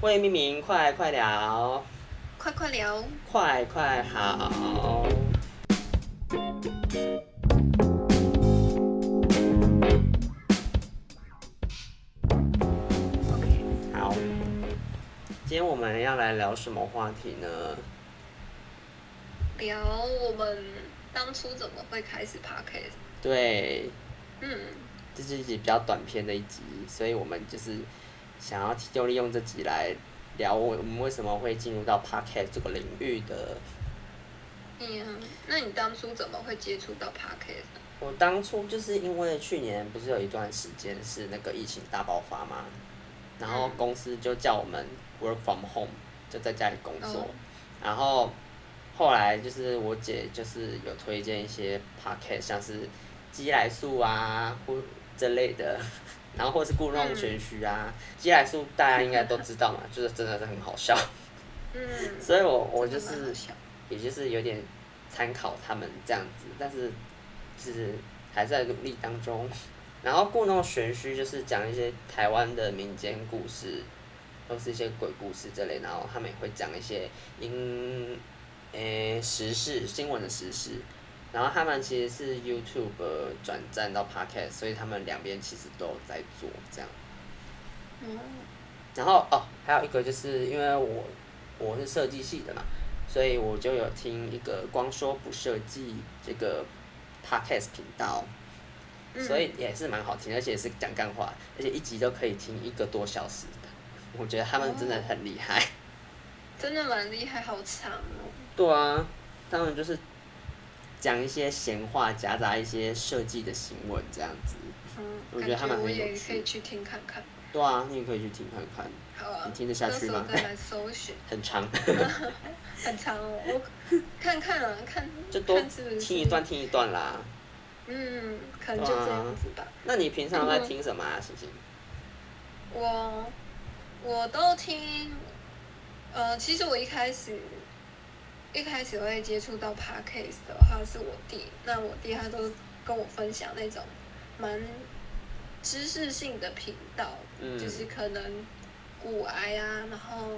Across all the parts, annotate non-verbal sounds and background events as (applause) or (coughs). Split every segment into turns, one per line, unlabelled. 未命名，快快聊，
快快聊，
快快好。好，今天我们要来聊什么话题呢？
聊我们当初怎么会开始 podcast。
对，
嗯，
这是一集比较短篇的一集，所以我们就是想要就利用这集来聊我们为什么会进入到 podcast 这个领域的。
你那你当初怎么会接触到 podcast？呢
我当初就是因为去年不是有一段时间是那个疫情大爆发嘛，然后
嗯
公司就叫我们 work from home，就在家里工作
哦。
然后后来就是我姐就是有推荐一些 podcast，像是鸡来素啊或这类的，然后或是故弄
嗯
玄虚啊。鸡来素大家应该都知道嘛，就是真的是很好笑， (laughs)
嗯，
所以我我就
真
是
的蛮好笑
也就是有点参考他们这样子，但是就是还在努力当中。 (laughs) 然后故弄玄虚就是讲一些台湾的民间故事，都是一些鬼故事这类，然后他们也会讲一些因诶、时事新闻的时事。然后他们其实是 YouTube 转战到 Podcast，所以他们两边其实都有在做这样。
嗯
然后哦，还有一个就是因为我我是设计系的嘛，所以我就有听一个光说不设计这个 podcast 频道，
嗯
所以也是蛮好听，而且是讲干话，而且一集都可以听一个多小时的， (laughs) 我觉得他们真的很厉害。
哦真的蛮厉害，好长哦。
对啊，他们就是讲一些闲话，夹杂一些设计的新闻这样子。
嗯，
我觉得他们
感我
很有
也
趣
可以去听看看。
对啊，你也可以去听看看，
好啊，
你听得下去吗
到时候再来搜
(laughs)
寻，
很
(laughs)
长，
很长哦。我看看啊，看
就多
看是不是
听一段听一段啦。
嗯，可能就这样子吧。
那你平常在听什么啊，星星？
我我都听，呃，其实我一开始一开始会接触到 podcast 的话是我弟，那我弟他都跟我分享那种蛮知识性的频道，
嗯
就是可能古癌啊，然后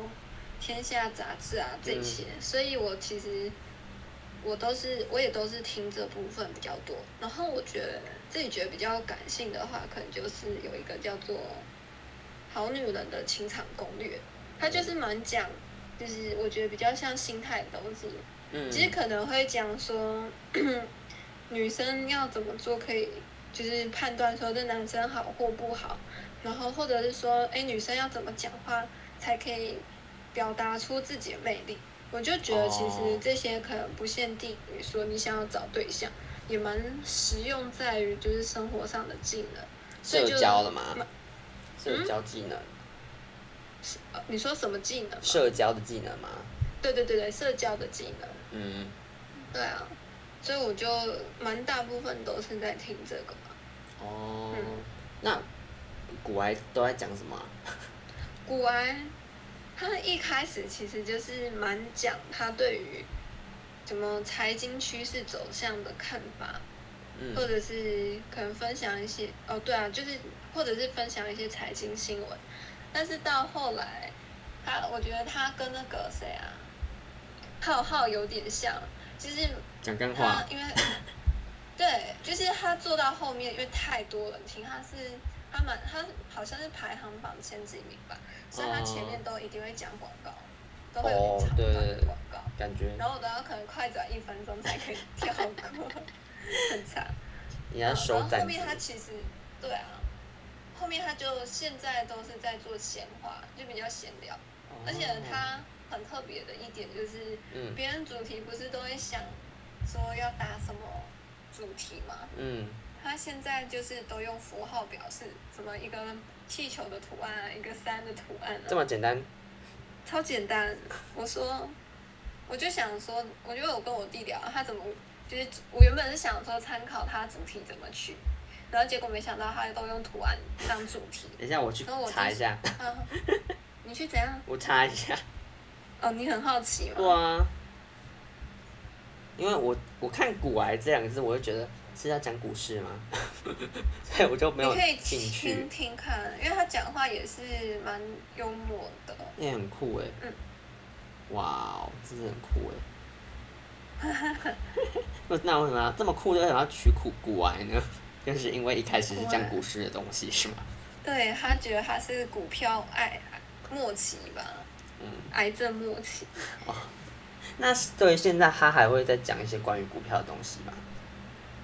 天下杂志啊这些，所以我其实我都是我也都是听这部分比较多，然后我觉得自己觉得比较感性的话，可能就是有一个叫做《好女人的情场攻略》，它就是蛮讲，就是我觉得比较像心态的东西，
嗯，
其实可能会讲说， (clears throat) 女生要怎么做可以，就是判断说这男生好或不好，然后或者是说，哎，女生要怎么讲话才可以表达出自己的魅力。我就觉得其
哦
实这些可能不限定于说你想要找对象，也蛮实用在于就是生活上的技能。所以
社
就嗯
交了嘛
蛮，
社交技能，
呃你说什么技能吗？
社交的技能嘛，
对对对对，社交的技能。
嗯，
对啊，所以我就蛮大部分都是在听这个嘛。
哦
嗯，
那古埃都在讲什么啊？
古玩，他一开始其实就是蛮讲他对于什么财经趋势走向的看法，
嗯
或者是可能分享一些哦，对啊，就是或者是分享一些财经新闻。但是到后来，他我觉得他跟那个谁啊，浩浩有点像，就是
讲干
他
话，
因为 (coughs) 对，就是他做到后面，因为太多人听，他是他蛮他好像是排行榜前几名吧，所以他前面都一定会讲广告，都会有
哦
长
对
段
对
的
对
广告，
感觉
然后我都要可能快转一分钟才可以跳过，很长。
你在
然
收
后后
赞
面他
助，
其实对啊，后面他就现在都是在做闲话，就比较闲聊，而且
哦，
他很特别的一点就是。
嗯
别人主题不是都会想说要打什么主题吗？
嗯，
他现在就是都用符号表示，什么一个气球的图案啊，一个山的图案
这
啊，
么简单，
超简单。我说，我就想说，我觉得我跟我弟聊，他怎么就是我原本是想说参考他主题怎么去，然后结果没想到他都用图案当主题。
等一下我去
那我
查一
就是 (laughs)
下，
啊，你去怎样？
我查一下，
哦，你很好奇
对
吗？
啊，因为我我看古埃这两个字，我就觉得是要讲股市吗？ (laughs) 所以我就没
你
有
可以
兴趣
听。听看，因为他讲话也是蛮幽默的。
也、很酷哎、
嗯
哇哦，真是很酷哎、那那为什么 (laughs) 要这么酷？为什么要取苦古玩呢？就是因为一开始是讲股市的东西是吗？
对他觉得他是股票癌末期吧，
嗯，
癌症末期。
那对于现在他还会再讲一些关于股票的东西吗？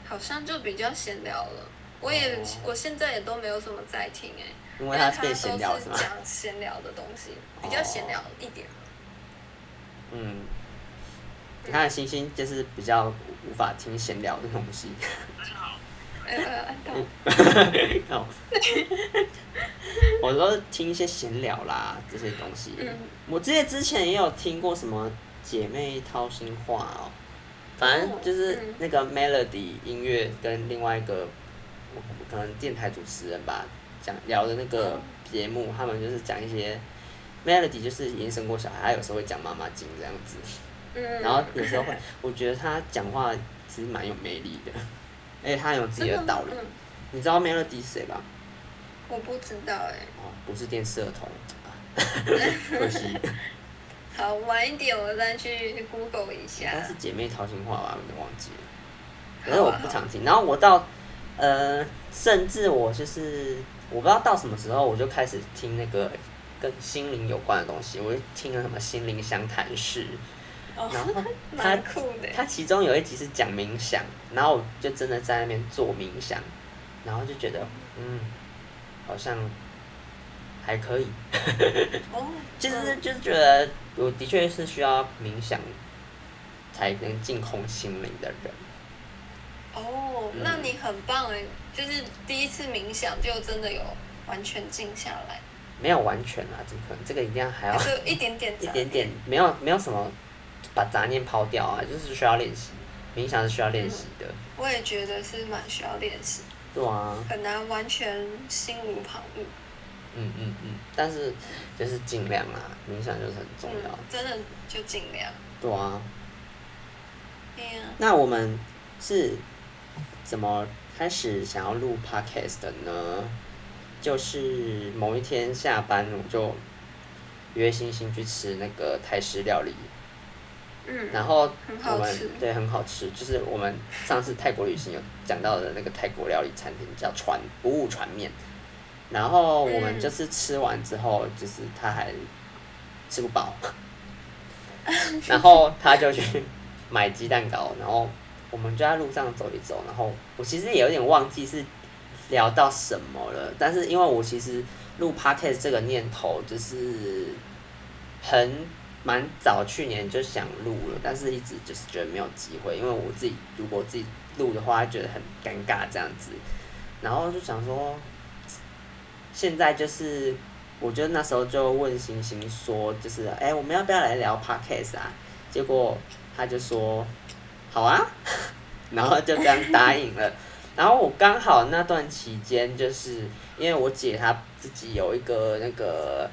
好像就比较闲聊了。我也、
哦
我现在也都没有什么在听哎、
因
因
为
为
他
他
变闲聊
都
是
是
吗？哦
讲闲聊的东西，比较闲聊一点。
嗯，
嗯
他的星星就是比较无法听闲聊的东西。
哎、呃，按到
(laughs) 哦，我都听一些闲聊啦，这些东西。
嗯
我记得之前也有听过什么姐妹掏心话哦，反正就是
嗯
那个 Melody 音乐跟另外一个我可能电台主持人吧，讲聊的那个
哦
节目，他们就是讲一些 Melody 就是已经生过小孩，他有时候会讲妈妈经这样子，
嗯，
然后有时候会，我觉得他讲话其实蛮有魅力的，而且他有自
真
己
的
的
吗
道理。
嗯
你知道 Melody 是谁吧？
我不知道哎、
哦，不是电视儿
(laughs)
童，啊可惜。
好，晚一点我再去 Google 一下。
但是姐妹掏心话吧，我有点忘记了。可
好啊
是我不常听。然后我到呃，甚至我就是我不知道到什么时候，我就开始听那个跟心灵有关的东西。我就听了什么心灵相谈室，然
(laughs)
后
哦，
他
蛮酷的欸。
它其中有一集是讲冥想，然后我就真的在那边做冥想，然后就觉得嗯，好像还可以。
哦，
就是
嗯
就是觉得我的确是需要冥想才能净空心灵的人。
哦，
嗯
那你很棒哎、就是第一次冥想就真的有完全静下来，
没有完全啊，怎么可能？这个一定要还
(laughs)
要
还是有一点点
啊一
杂
点点，没有没有什么把杂念抛掉啊，就是需要练习，冥想是需要练习的。
我也觉得是蛮需要练习，
对啊，
很难完全心无旁骛。
嗯嗯嗯，但是就是尽量啊，冥想就是很重要
嗯。，真的就尽量。
对啊，
哎呀，
那我们是怎么开始想要录 podcast 的呢？就是某一天下班，我就约星星去吃那个泰式料理，
嗯，
然后
很
我
好
们
吃。
对很好吃，就是我们上次泰国旅行有讲到的那个泰国料理餐厅叫船不误船面，然后我们
嗯
就是吃完之后，就是他还吃不饱，然后他就去买鸡蛋糕，然后我们就在路上走一走，然后我其实也有点忘记是聊到什么了，但是因为我其实录 podcast 这个念头就是很蛮早去年就想录了，但是一直就是觉得没有机会，因为我自己如果自己录的话，觉得很尴尬这样子，然后就想说，现在就是。我就那时候就问星星说，就是哎、我们要不要来聊 podcast 啊？结果他就说好啊， (laughs) 然后就这样答应了。然后我刚好那段期间，就是因为我姐她自己有一个那个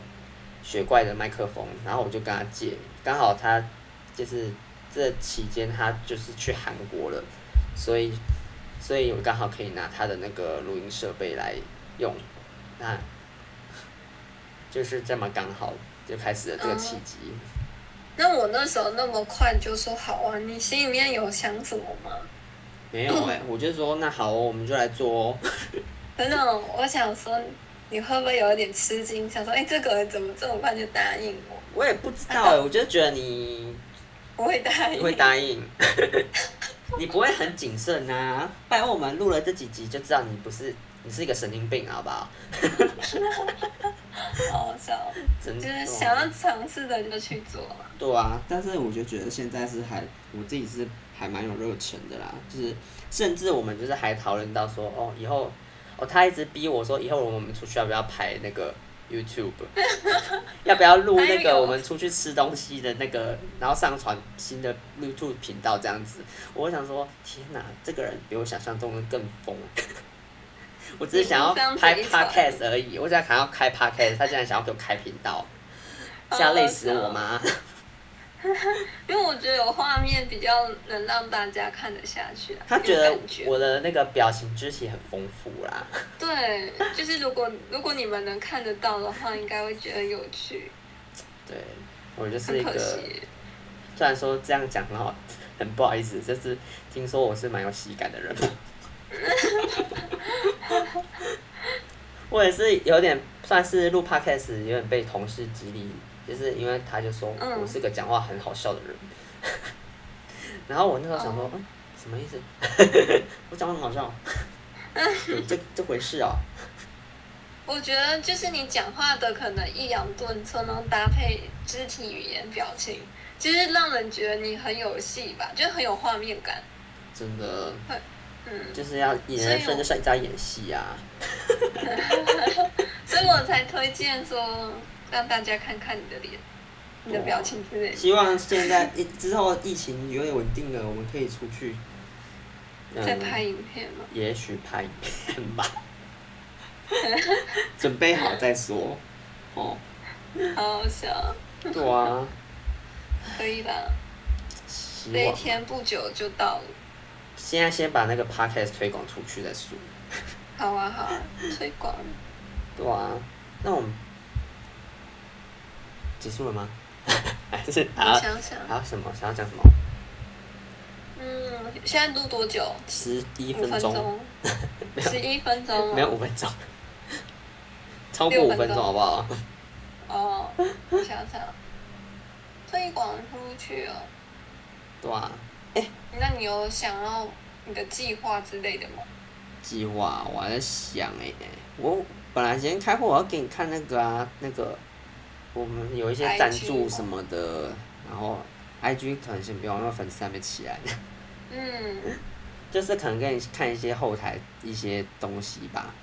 雪怪的麦克风，然后我就跟她借，刚好她就是这期间她就是去韩国了，所以所以我刚好可以拿她的那个录音设备来用，那就是这么刚好就开始了这个契机。
那我那时候那么快就说好啊，你心里面有想什么吗？
没有
(coughs)
哎、我就说那好、哦，我们就来做哦。
真的，我想说你会不会有一点吃惊，想说哎、这个人怎么这么快就答应我？
我也不知道
啊
哎、我就觉得
(laughs)
你
我会答
你
应，
会答应， (laughs) 你不会很谨慎啊。不然我们录了这几集就知道你不是你是一个神经病，好不好？
哦，是哦
真
就
的
是想要尝试的就去做嘛。
对啊，但是我就觉得现在是还我自己是还蛮有热忱的啦，就是甚至我们就是还讨论到说，哦，以后哦，他一直逼我说，以后我们出去要不要拍那个 YouTube，要不要录那
哎
个
呦
我们出去吃东西的那个，然后上传新的 YouTube 频道这样子。我想说，天哪，这个人比我想象中的更疯。 (laughs) 我只是想要
你非常
拍
贼船
podcast 而已，我只想要开 podcast，他竟然想要给我开频道，是
哦
要累死我吗？
因为我觉得有画面比较能让大家看得下去、啊，
他觉
有
得
感
我的那个表情肢体很丰富啦，
对，就是如果如果你们能看得到的话，应该会觉得有趣。
对我就是
很
一
可
个，
惜。
虽然说这样讲很好，很不好意思，就是听说我是蛮有喜感
(laughs)
的人。我也是有点算是录 podcast 有点被同事激励，就是因为他就说
嗯
我是个讲话很好笑的人， (laughs) 然后我那时候想
哦
说，嗯，什么意思？ (laughs) 我讲话很好
(laughs)
笑，有这这回事啊？
我觉得就是你讲话的可能抑扬顿挫，然后搭配肢体语言、表情，就是让人觉得你很有戏吧，就是很有画面感。
真的 (laughs)
嗯，
就是要演人生就是在演戏啊。
所以我才推荐说让大家看看你的脸、你的表情之类的，
希望现在疫之后疫情有点稳定了，我们可以出
(laughs)
去，嗯
再拍影片嘛。
也许拍影片
(laughs)
吧，准备好再说。哦，
好好笑，
对啊，
可以啦。
希
这一
望
天不久就到了。
现在先把那个 podcast 推广出去再说。
好啊，好啊，推
(laughs)
广。
对啊，那我们结束了吗？ (laughs) 还是还
我
要
想想，
还要什么？想要讲什么？
嗯，现在录多久？
十一
五
分钟， (laughs)
钟，十一分钟哦。
没有五分
(laughs)
钟，超过
六
五
分
分钟
钟
好不好？
哦，我想想，推广出去哦。
对啊。
那你有想要你的计划之类的吗？
计划，我还在想哎、我本来今天开会我要给你看那个啊，那个我们有一些
IG
赞助什么的，然后 IG 可能先不用，因为粉丝还没起来， (laughs)
嗯，
就是可能给你看一些后台一些东西吧。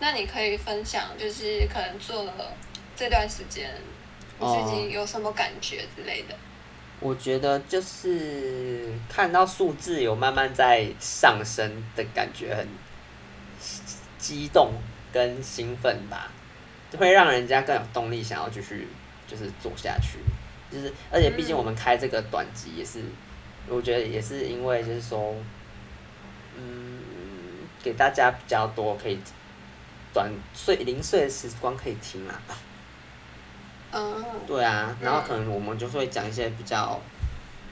那你可以分享，就是可能做了这段时间，你
哦
自己有什么感觉之类的。
我觉得就是看到数字有慢慢在上升的感觉，很激动跟兴奋吧，就会让人家更有动力想要继续就是做下去。就是而且毕竟
嗯
我们开这个短集也是，我觉得也是因为就是说，嗯，给大家比较多可以短碎零碎的时光可以听啦。
嗯，
对啊，然后可能我们就是会讲一些比较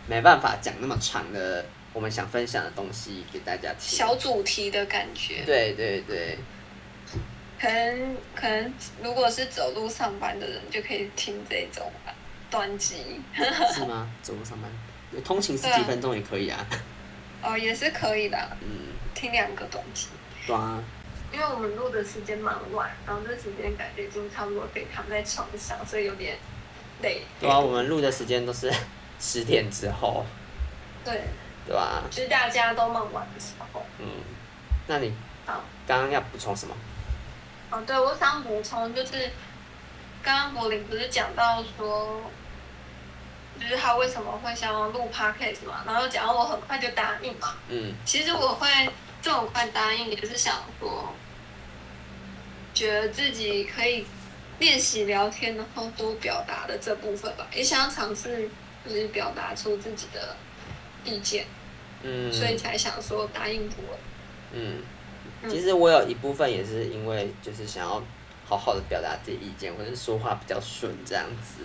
没办法讲那么长的，我们想分享的东西给大家听。
小主题的感觉，
对对对，
可能可能如果是走路上班的人，就可以听这种吧，短集
是吗？
(laughs)
走路上班，通勤十
对啊
几分钟也可以
(laughs)
啊。
哦也是可以的，
嗯，
听两个短集。
对啊，
因为我们录的时间蛮晚，然后这时间感觉就是差不多可以躺在床上，所以有点累。
对啊，我们录的时间都是 (laughs) 十点之后，
对，
对吧、
就是大家都忙完的时候。
嗯，那你
好，
刚刚要补充什么？
哦，对，我想补充就是，刚刚柏林不是讲到说，就是他为什么会想要录 podcast 嘛，然后讲到我很快就答应嘛。
嗯
其实我会这么快答应，也是想说，觉得自己可以练习聊天，然后多表达的这部分吧，也想要尝试就是表达出自己的意见，
嗯，
所以才想说答应我。
嗯，
嗯
其实我有一部分也是因为就是想要好好的表达自己意见，或者是说话比较顺这样子。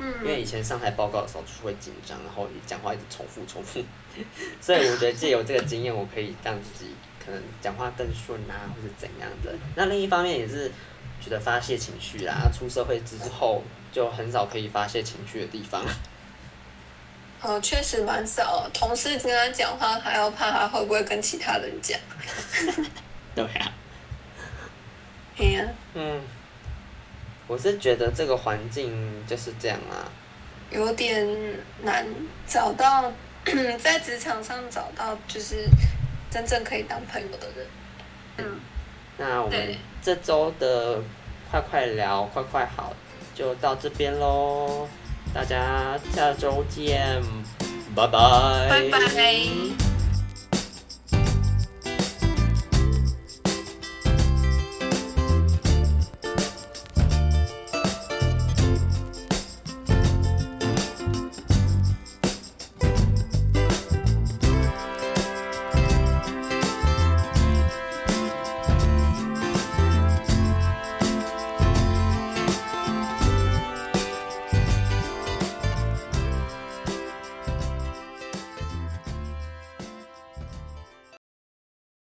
因为
嗯，
以前上台报告的时候就是会紧张，然后讲话一直重复重复， (laughs) 所以我觉得借由这个经验，我可以让自己可能讲话更顺啊，或者怎样的。那另一方面也是觉得发泄情绪啦，啊出社会之后就很少可以发泄情绪的地方。
哦，确实蛮少，同事跟他讲话还要怕他会不会跟其他人讲。
(laughs) 对啊，
哎呀、
嗯，我是觉得这个环境就是这样啊啦。
有点难找到 (clears throat) 在职场上找到就是真正可以当朋友的人。嗯，
那我们
对
这周的快快聊快快好就到这边喽，大家下周见，拜拜，
拜拜。